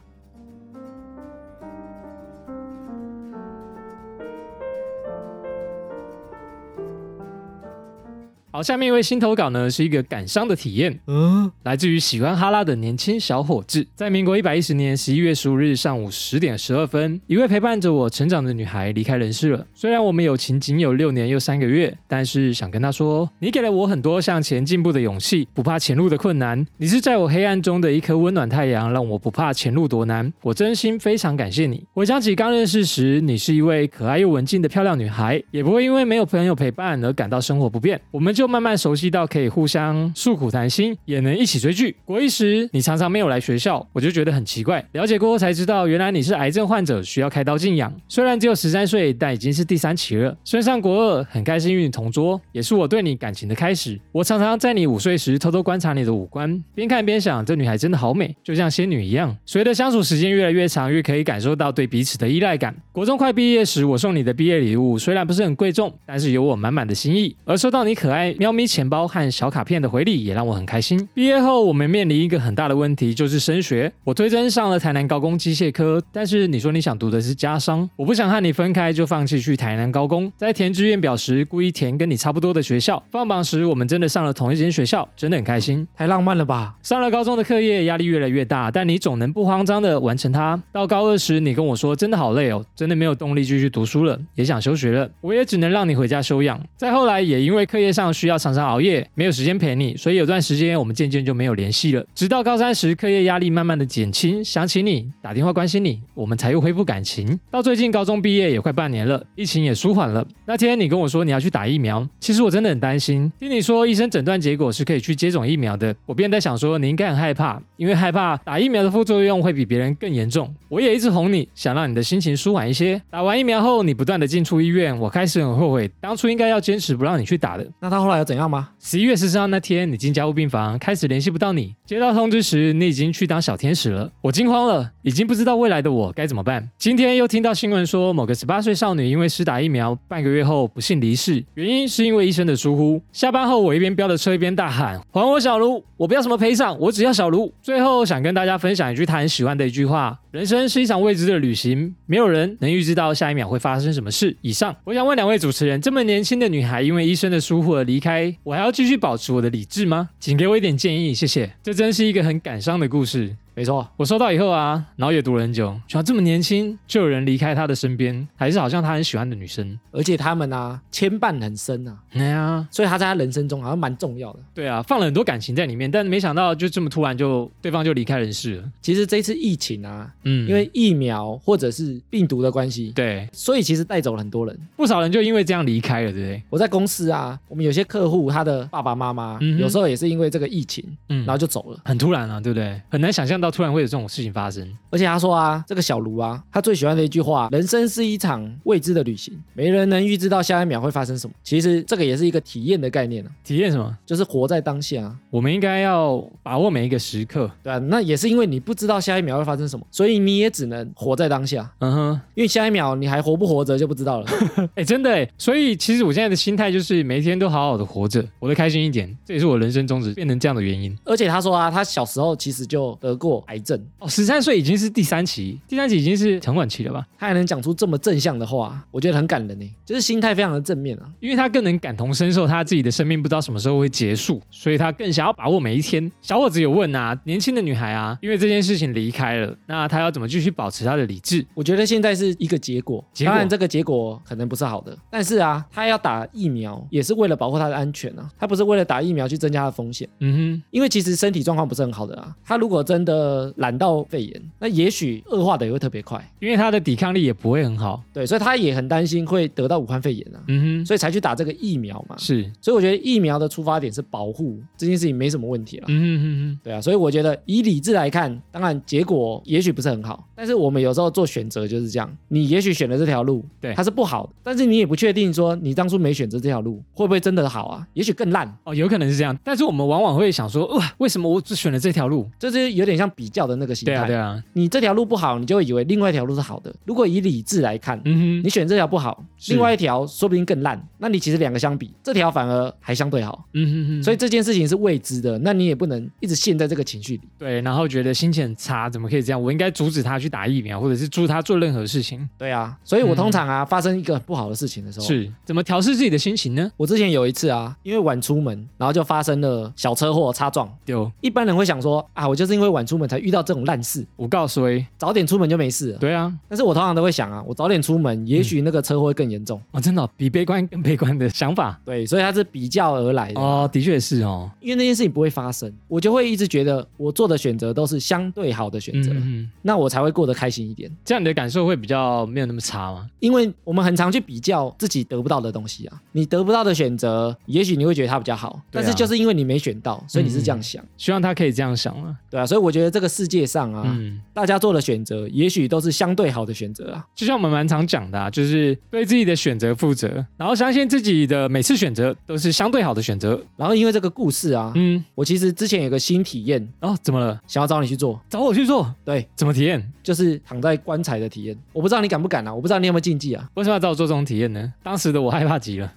S1: 好，下面一位新投稿呢是一个感伤的体验，
S2: 嗯，
S1: 来自于喜欢哈拉的年轻小伙子，在民国一百一十年十一月十五日上午十点十二分，一位陪伴着我成长的女孩离开人世了。虽然我们友情仅有六年又三个月，但是想跟她说，你给了我很多向前进步的勇气，不怕前路的困难。你是在我黑暗中的一颗温暖太阳，让我不怕前路多难。我真心非常感谢你。回想起刚认识时，你是一位可爱又文静的漂亮女孩，也不会因为没有朋友陪伴而感到生活不便。我们就慢慢熟悉到可以互相诉苦谈心，也能一起追剧。国一时你常常没有来学校，我就觉得很奇怪。了解过后才知道，原来你是癌症患者，需要开刀静养。虽然只有十三岁，但已经是第三期了。升上国二，很开心与你同桌，也是我对你感情的开始。我常常在你午睡时偷偷观察你的五官，边看边想，这女孩真的好美，就像仙女一样。随着相处时间越来越长，越可以感受到对彼此的依赖感。国中快毕业时，我送你的毕业礼物虽然不是很贵重，但是有我满满的心意。而收到你可爱喵咪钱包和小卡片的回礼，也让我很开心。毕业后，我们面临一个很大的问题，就是升学。我推甄上了台南高工机械科，但是你说你想读的是家商，我不想和你分开，就放弃去台南高工。在填志愿表时，故意填跟你差不多的学校。放榜时，我们真的上了同一间学校，真的很开心。
S2: 太浪漫了吧？
S1: 上了高中的课业压力越来越大，但你总能不慌张的完成它。到高二时，你跟我说真的好累哦，真的没有动力继续读书了，也想休学了。我也只能让你回家休养。再后来，也因为课业上需要常常熬夜，没有时间陪你，所以有段时间我们渐渐就没有联系了。直到高三时，课业压力慢慢的减轻，想起你，打电话关心你，我们才又恢复感情。到最近高中毕业也快半年了，疫情也舒缓了。那天你跟我说你要去打疫苗，其实我真的很担心。听你说医生诊断结果是可以去接种疫苗的，我便在想说你应该很害怕，因为害怕打疫苗的副作用会比别人更严重。我也一直哄你，想让你的心情舒缓一些。打完疫苗后，你不断的进出医院，我开始很后悔，当初应该要坚持不让你去打的。
S2: 那他后来又怎样吗？
S1: 十一月十四号那天，你进加护病房，开始联系不到你。接到通知时，你已经去当小天使了。我惊慌了，已经不知道未来的我该怎么办。今天又听到新闻说，某个十八岁少女因为施打疫苗，半个月后不幸离世，原因是因为医生的疏忽。下班后，我一边飙着车一边大喊：“还我小卢！我不要什么赔偿，我只要小卢！”最后想跟大家分享一句他很喜欢的一句话：“人生是一场未知的旅行，没有人能预知到下一秒会发生什么事。”以上，我想问两位主持人，这么年轻的女孩因为医生的疏忽而离开，我还要继续保持我的理智吗？请给我一点建议，谢谢。这真是一个很感伤的故事。
S2: 没错，
S1: 我收到以后啊，然后也读了很久，想这么年轻就有人离开他的身边，还是好像他很喜欢的女生。
S2: 而且他们啊牵绊很深啊，
S1: 哎呀，
S2: 所以他在他人生中好像蛮重要的。
S1: 对啊，放了很多感情在里面，但没想到就这么突然就对方就离开人世了。
S2: 其实这次疫情啊，
S1: 嗯，
S2: 因为疫苗或者是病毒的关系，
S1: 对
S2: 所以其实带走了很多人。
S1: 不少人就因为这样离开了，对不对？
S2: 我在公司啊，我们有些客户他的爸爸妈妈
S1: 嗯哼
S2: 有时候也是因为这个疫情，
S1: 嗯，
S2: 然后就走了。
S1: 很突然啊，对不对？很难想象到突然会有这种事情发生。
S2: 而且他说啊，这个小卢啊，他最喜欢的一句话：“人生是一场未知的旅行，没人能预知到下一秒会发生什么。”其实这个也是一个体验的概念啊，
S1: 体验什么？
S2: 就是活在当下啊。
S1: 我们应该要把握每一个时刻。
S2: 对啊，那也是因为你不知道下一秒会发生什么，所以你也只能活在当下，
S1: 嗯哼，
S2: 因为下一秒你还活不活着就不知道了。
S1: 哎、真的哎，所以其实我现在的心态就是每一天都好好的活着，活得开心一点，这也是我人生宗旨变成这样的原因。
S2: 而且他说啊，他小时候其实就得过癌症，
S1: 哦，十三岁已经是第三期，第三期已经是很晚期了吧？
S2: 他还能讲出这么正向的话，我觉得很感人呢，就是心态非常的正面啊。
S1: 因为他更能感同身受，他自己的生命不知道什么时候会结束，所以他更想要把握每一天。小伙子有问啊，年轻的女孩啊，因为这件事情离开了，那她要怎么继续保持她的理智？
S2: 我觉得现在是一个结果，
S1: 结果
S2: 当然这个结果可能不是好的，但是啊，他要打疫苗也是为了保护他的安全啊，他不是为了打疫苗去增加他的风险，
S1: 嗯
S2: 因为其实身体状况不是很好的啊，他如果真的染到肺炎，那也许恶化的也会特别快，
S1: 哼，因为她的抵抗力也不会很好。
S2: 对，所以他也很担心会得到武汉肺炎啊，
S1: 嗯哼，
S2: 所以才去打这个疫苗嘛，
S1: 是，
S2: 所以我觉得疫苗的出发点是保护这件事情没什么问题了。
S1: 嗯哼哼哼。
S2: 对啊，所以我觉得以理智来看，当然结果也许不是很好，但是我们有时候做选择就是这样，你也许选了这条路，
S1: 对
S2: 它是不好的，但是你也不确定说你当初没选择这条路会不会真的好啊，也许更烂，
S1: 哦，有可能是这样，但是我们往往会想说，哇，为什么我只选了这条路？
S2: 就是有点像比较的那个心态。
S1: 对啊，对啊，
S2: 你这条路不好，你就会以为另外一条路是好的。如果以理智来看，
S1: 嗯
S2: 你
S1: 哼，
S2: 选这条不好，
S1: 是
S2: 另外一条说不定更烂，那你其实两个相比，这条反而还相对好。
S1: 嗯哼哼，
S2: 所以这件事情是未知的，那你也不能一直陷在这个情绪里。
S1: 对，然后觉得心情很差，怎么可以这样？我应该阻止他去打疫苗，或者是阻止他做任何事情。
S2: 对啊，所以我
S1: 嗯
S2: 通常啊、发生一个不好的事情的时候，
S1: 是，哦怎么调试自己的心情呢？
S2: 我之前有一次啊，因为晚出门，然后就发生了小车祸擦撞。
S1: 有，
S2: 一般人会想说啊，我就是因为晚出门才遇到这种烂事，
S1: 我告诉你，
S2: 早点出门就没事了。
S1: 对啊，
S2: 但是我通常都会想啊，我早点出门，也许那个车祸会更严重。
S1: 哦，真的哦、比悲观 更悲观的想法。
S2: 对，所以它是比较而来的。
S1: 哦，的确是哦，
S2: 因为那件事情不会发生，我就会一直觉得我做的选择都是相对好的选
S1: 嗯
S2: 择，
S1: 嗯，
S2: 那我才会过得开心一点。
S1: 这样你的感受会比较没有那么差吗？
S2: 因为我们很常去比较自己得不到的东西啊，你得不到的选择，也许你会觉得它比较好，
S1: 对啊嗯
S2: 但是就是因为你没选到，所以你是这样想，
S1: 希望他可以这样想了。
S2: 对啊，所以我觉得这个世界上啊，
S1: 嗯。
S2: 大家做的选择，也许都是相对好的选择啊。
S1: 就像我们蛮常讲的、啊，就是对自己的选择负责，然后相信自己的每次选择都是相对好的选择。
S2: 然后因为这个故事啊，
S1: 嗯，
S2: 我其实之前有个新体验，
S1: 哦，怎么了？
S2: 想要找你去做，
S1: 找我去做？
S2: 对，
S1: 怎么体验？
S2: 就是躺在棺材的体验。我不知道你敢不敢啊，我不知道你有没有禁忌啊，
S1: 为什么要找我做这种体验呢？当时的我害怕极了，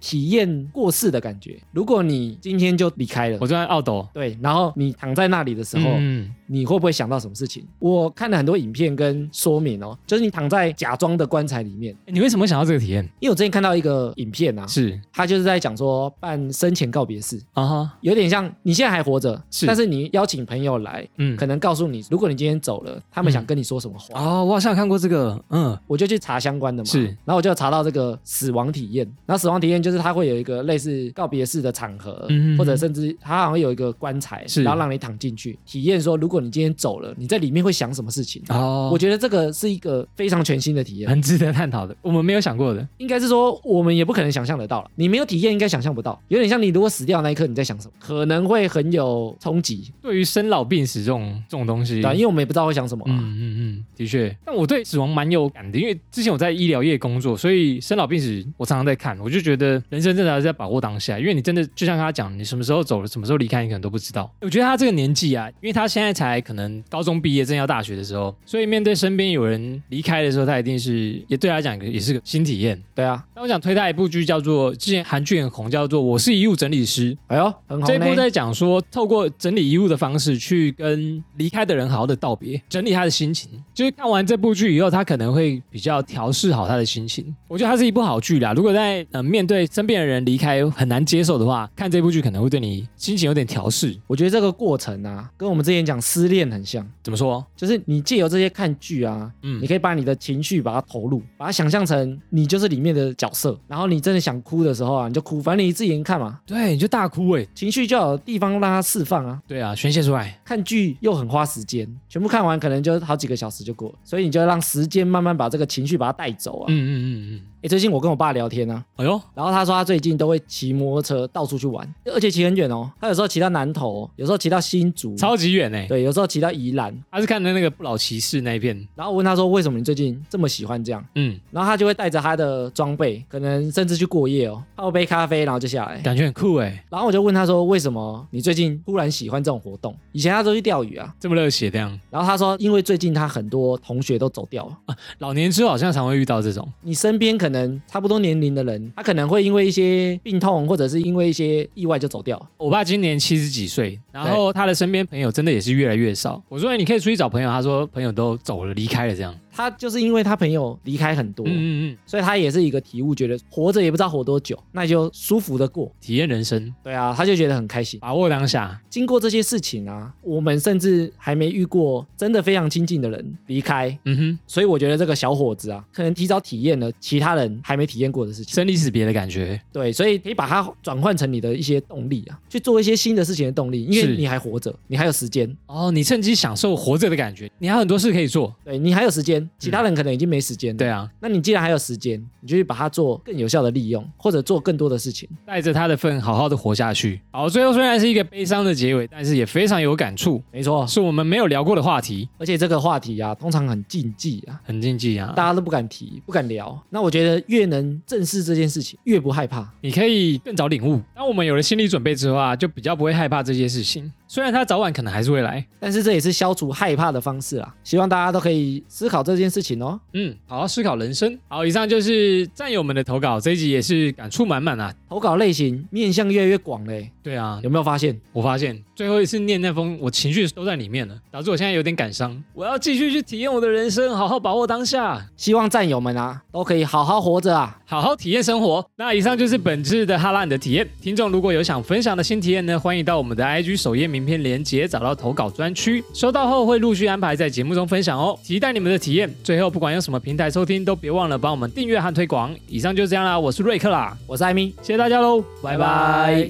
S2: 体验过世的感觉。如果你今天就离开了
S1: 我。正在懊斗。
S2: 对，然后你躺在那里的时候，
S1: 哦嗯，
S2: 你会不会想到什么事情？我看了很多影片跟说明哦，就是你躺在假装的棺材里面，
S1: 欸你为什么想要这个体验？
S2: 因为我之前看到一个影片啊，
S1: 是
S2: 他就是在讲说办生前告别式，
S1: 啊哈，
S2: 有点像你现在还活着，
S1: 是
S2: 但是你邀请朋友来，
S1: 嗯，
S2: 可能告诉你，如果你今天走了，他们想
S1: 嗯
S2: 跟你说什么话。
S1: 哦，我好像有看过这个，嗯，
S2: 我就去查相关的嘛，
S1: 是
S2: 然后我就查到这个死亡体验，然后死亡体验就是它会有一个类似告别式的场合，
S1: 嗯哼
S2: 或者甚至它好像有一个棺材，
S1: 是
S2: 然后让你躺进去，体验说如果你今天走了，你在里面会想什么事情。
S1: 哦，
S2: 我觉得这个是一个非常全新的体验，
S1: 很值得探讨的，我们没有想过的。
S2: 应该是说我们也不可能想象得到了，你没有体验应该想象不到，有点像你如果死掉那一刻你在想什么，可能会很有冲击，
S1: 对于生老病死这种这种东西，
S2: 对啊，因为我们也不知道会想什么啊、
S1: 嗯嗯嗯，的确。但我对死亡蛮有感的，因为之前我在医疗业工作，所以生老病死我常常在看，我就觉得人生真的还是在把握当下，因为你真的就像他讲，你什么时候走了，什么时候离开，你可能都不知道。我觉得他这个年纪啊，因为他现在才可能高中毕业，正要大学的时候，所以面对身边有人离开的时候，他一定是也对他来讲也是个新体验。
S2: 对啊，
S1: 那我想推他一部剧，叫做之前韩剧很红，叫做《我是遗物整理师》。
S2: 哎呦，很好
S1: 这一部
S2: 呢，
S1: 在讲说，透过整理遗物的方式去跟离开的人好好的道别，整理他的心情。就是看完这部剧以后，他可能会比较调试好他的心情。我觉得它是一部好剧啦。如果在呃面对身边的人离开很难接受的话，看这部剧可能会对你心情有点调试。
S2: 我觉得这个过程啊，跟我们之前讲失恋很像，
S1: 怎么说？
S2: 就是你借由这些看剧啊，
S1: 嗯
S2: 你可以把你的情绪把它投入，把它想象成你就是里面的角色，然后你真的想哭的时候啊，你就哭，反正你自己一个人看嘛，
S1: 对，你就大哭哎、
S2: 情绪就有地方让它释放啊。
S1: 对啊，宣泄出来。
S2: 看剧又很花时间，全部看完可能就好几个小时就过了，所以你就要让时间慢慢把这个情绪把它带走啊。
S1: 嗯嗯嗯嗯。
S2: 诶最近我跟我爸聊天啊，
S1: 哎呦，
S2: 然后他说他最近都会骑摩托车到处去玩，而且骑很远哦，他有时候骑到南投，有时候骑到新竹，
S1: 超级远哎、
S2: 对，有时候骑到宜兰。
S1: 他是看的那个不老骑士那一片。
S2: 然后我问他说为什么你最近这么喜欢这样，
S1: 嗯，
S2: 然后他就会带着他的装备，可能甚至去过夜哦，泡杯咖啡，然后就下来。
S1: 感觉很酷哎、
S2: 然后我就问他说为什么你最近忽然喜欢这种活动？以前他都去钓鱼啊，
S1: 这么热血这样。
S2: 然后他说因为最近他很多同学都走掉了。
S1: 老年之后好像常会遇到这种。
S2: 你身边可能差不多年龄的人，他可能会因为一些病痛，或者是因为一些意外就走掉。
S1: 我爸今年七十几岁，然后他的身边朋友真的也是越来越少。我说、哎你可以出去找朋友，他说朋友都走了，离开了这样。
S2: 他就是因为他朋友离开很多，
S1: 嗯嗯嗯，
S2: 所以他也是一个体悟，觉得活着也不知道活多久，那就舒服的过。
S1: 体验人生，
S2: 对啊，他就觉得很开心。
S1: 把握当下。
S2: 经过这些事情啊，我们甚至还没遇过真的非常亲近的人离开，
S1: 嗯哼，
S2: 所以我觉得这个小伙子啊，可能提早体验了其他人还没体验过的事情。
S1: 生离死别的感觉。
S2: 对，所以可以把它转换成你的一些动力啊，去做一些新的事情的动力，因
S1: 是
S2: 为你还活着，你还有时间。
S1: 哦，你趁机享受活着的感觉，你还有很多事可以做。
S2: 对你还有时间，其他人可能已经没时间了。
S1: 嗯对，啊，
S2: 那你既然还有时间，你就去把它做更有效的利用，或者做更多的事情。
S1: 带着他的份好好的活下去。好，最后虽然是一个悲伤的结尾，但是也非常有感触，
S2: 没错，
S1: 是我们没有聊过的话题，
S2: 而且这个话题啊，通常很禁忌啊，
S1: 很禁忌啊
S2: 大。家都不敢提，不敢聊。那我觉得越能正视这件事情，越不害怕。
S1: 你可以更早领悟。当我们有了心理准备之后啊，就比较不会害怕这些事情。虽然它早晚可能还是会来。
S2: 但是这也是消除害怕的方式啦。希望大家都可以思考这件事情哦。
S1: 嗯，好好思考人生。好，以上就是战友们的投稿，这一集也是感触满满啊。
S2: 投稿类型面向越来越广嘞，
S1: 对啊，
S2: 有没有发现？
S1: 我发现最后一次念那封，我情绪都在里面了，导致我现在有点感伤。我要继续去体验我的人生，好好把握当下，
S2: 希望战友们啊，都可以好好活着啊。
S1: 好好体验生活。那以上就是本次的哈拉你的体验。听众如果有想分享的新体验呢，欢迎到我们的 IG 首页名片连接找到投稿专区，收到后会陆续安排在节目中分享哦。期待你们的体验。最后，不管用什么平台收听，都别忘了帮我们订阅和推广。以上就这样啦，我是瑞克啦，
S2: 我是艾米，
S1: 谢谢大家喽，拜拜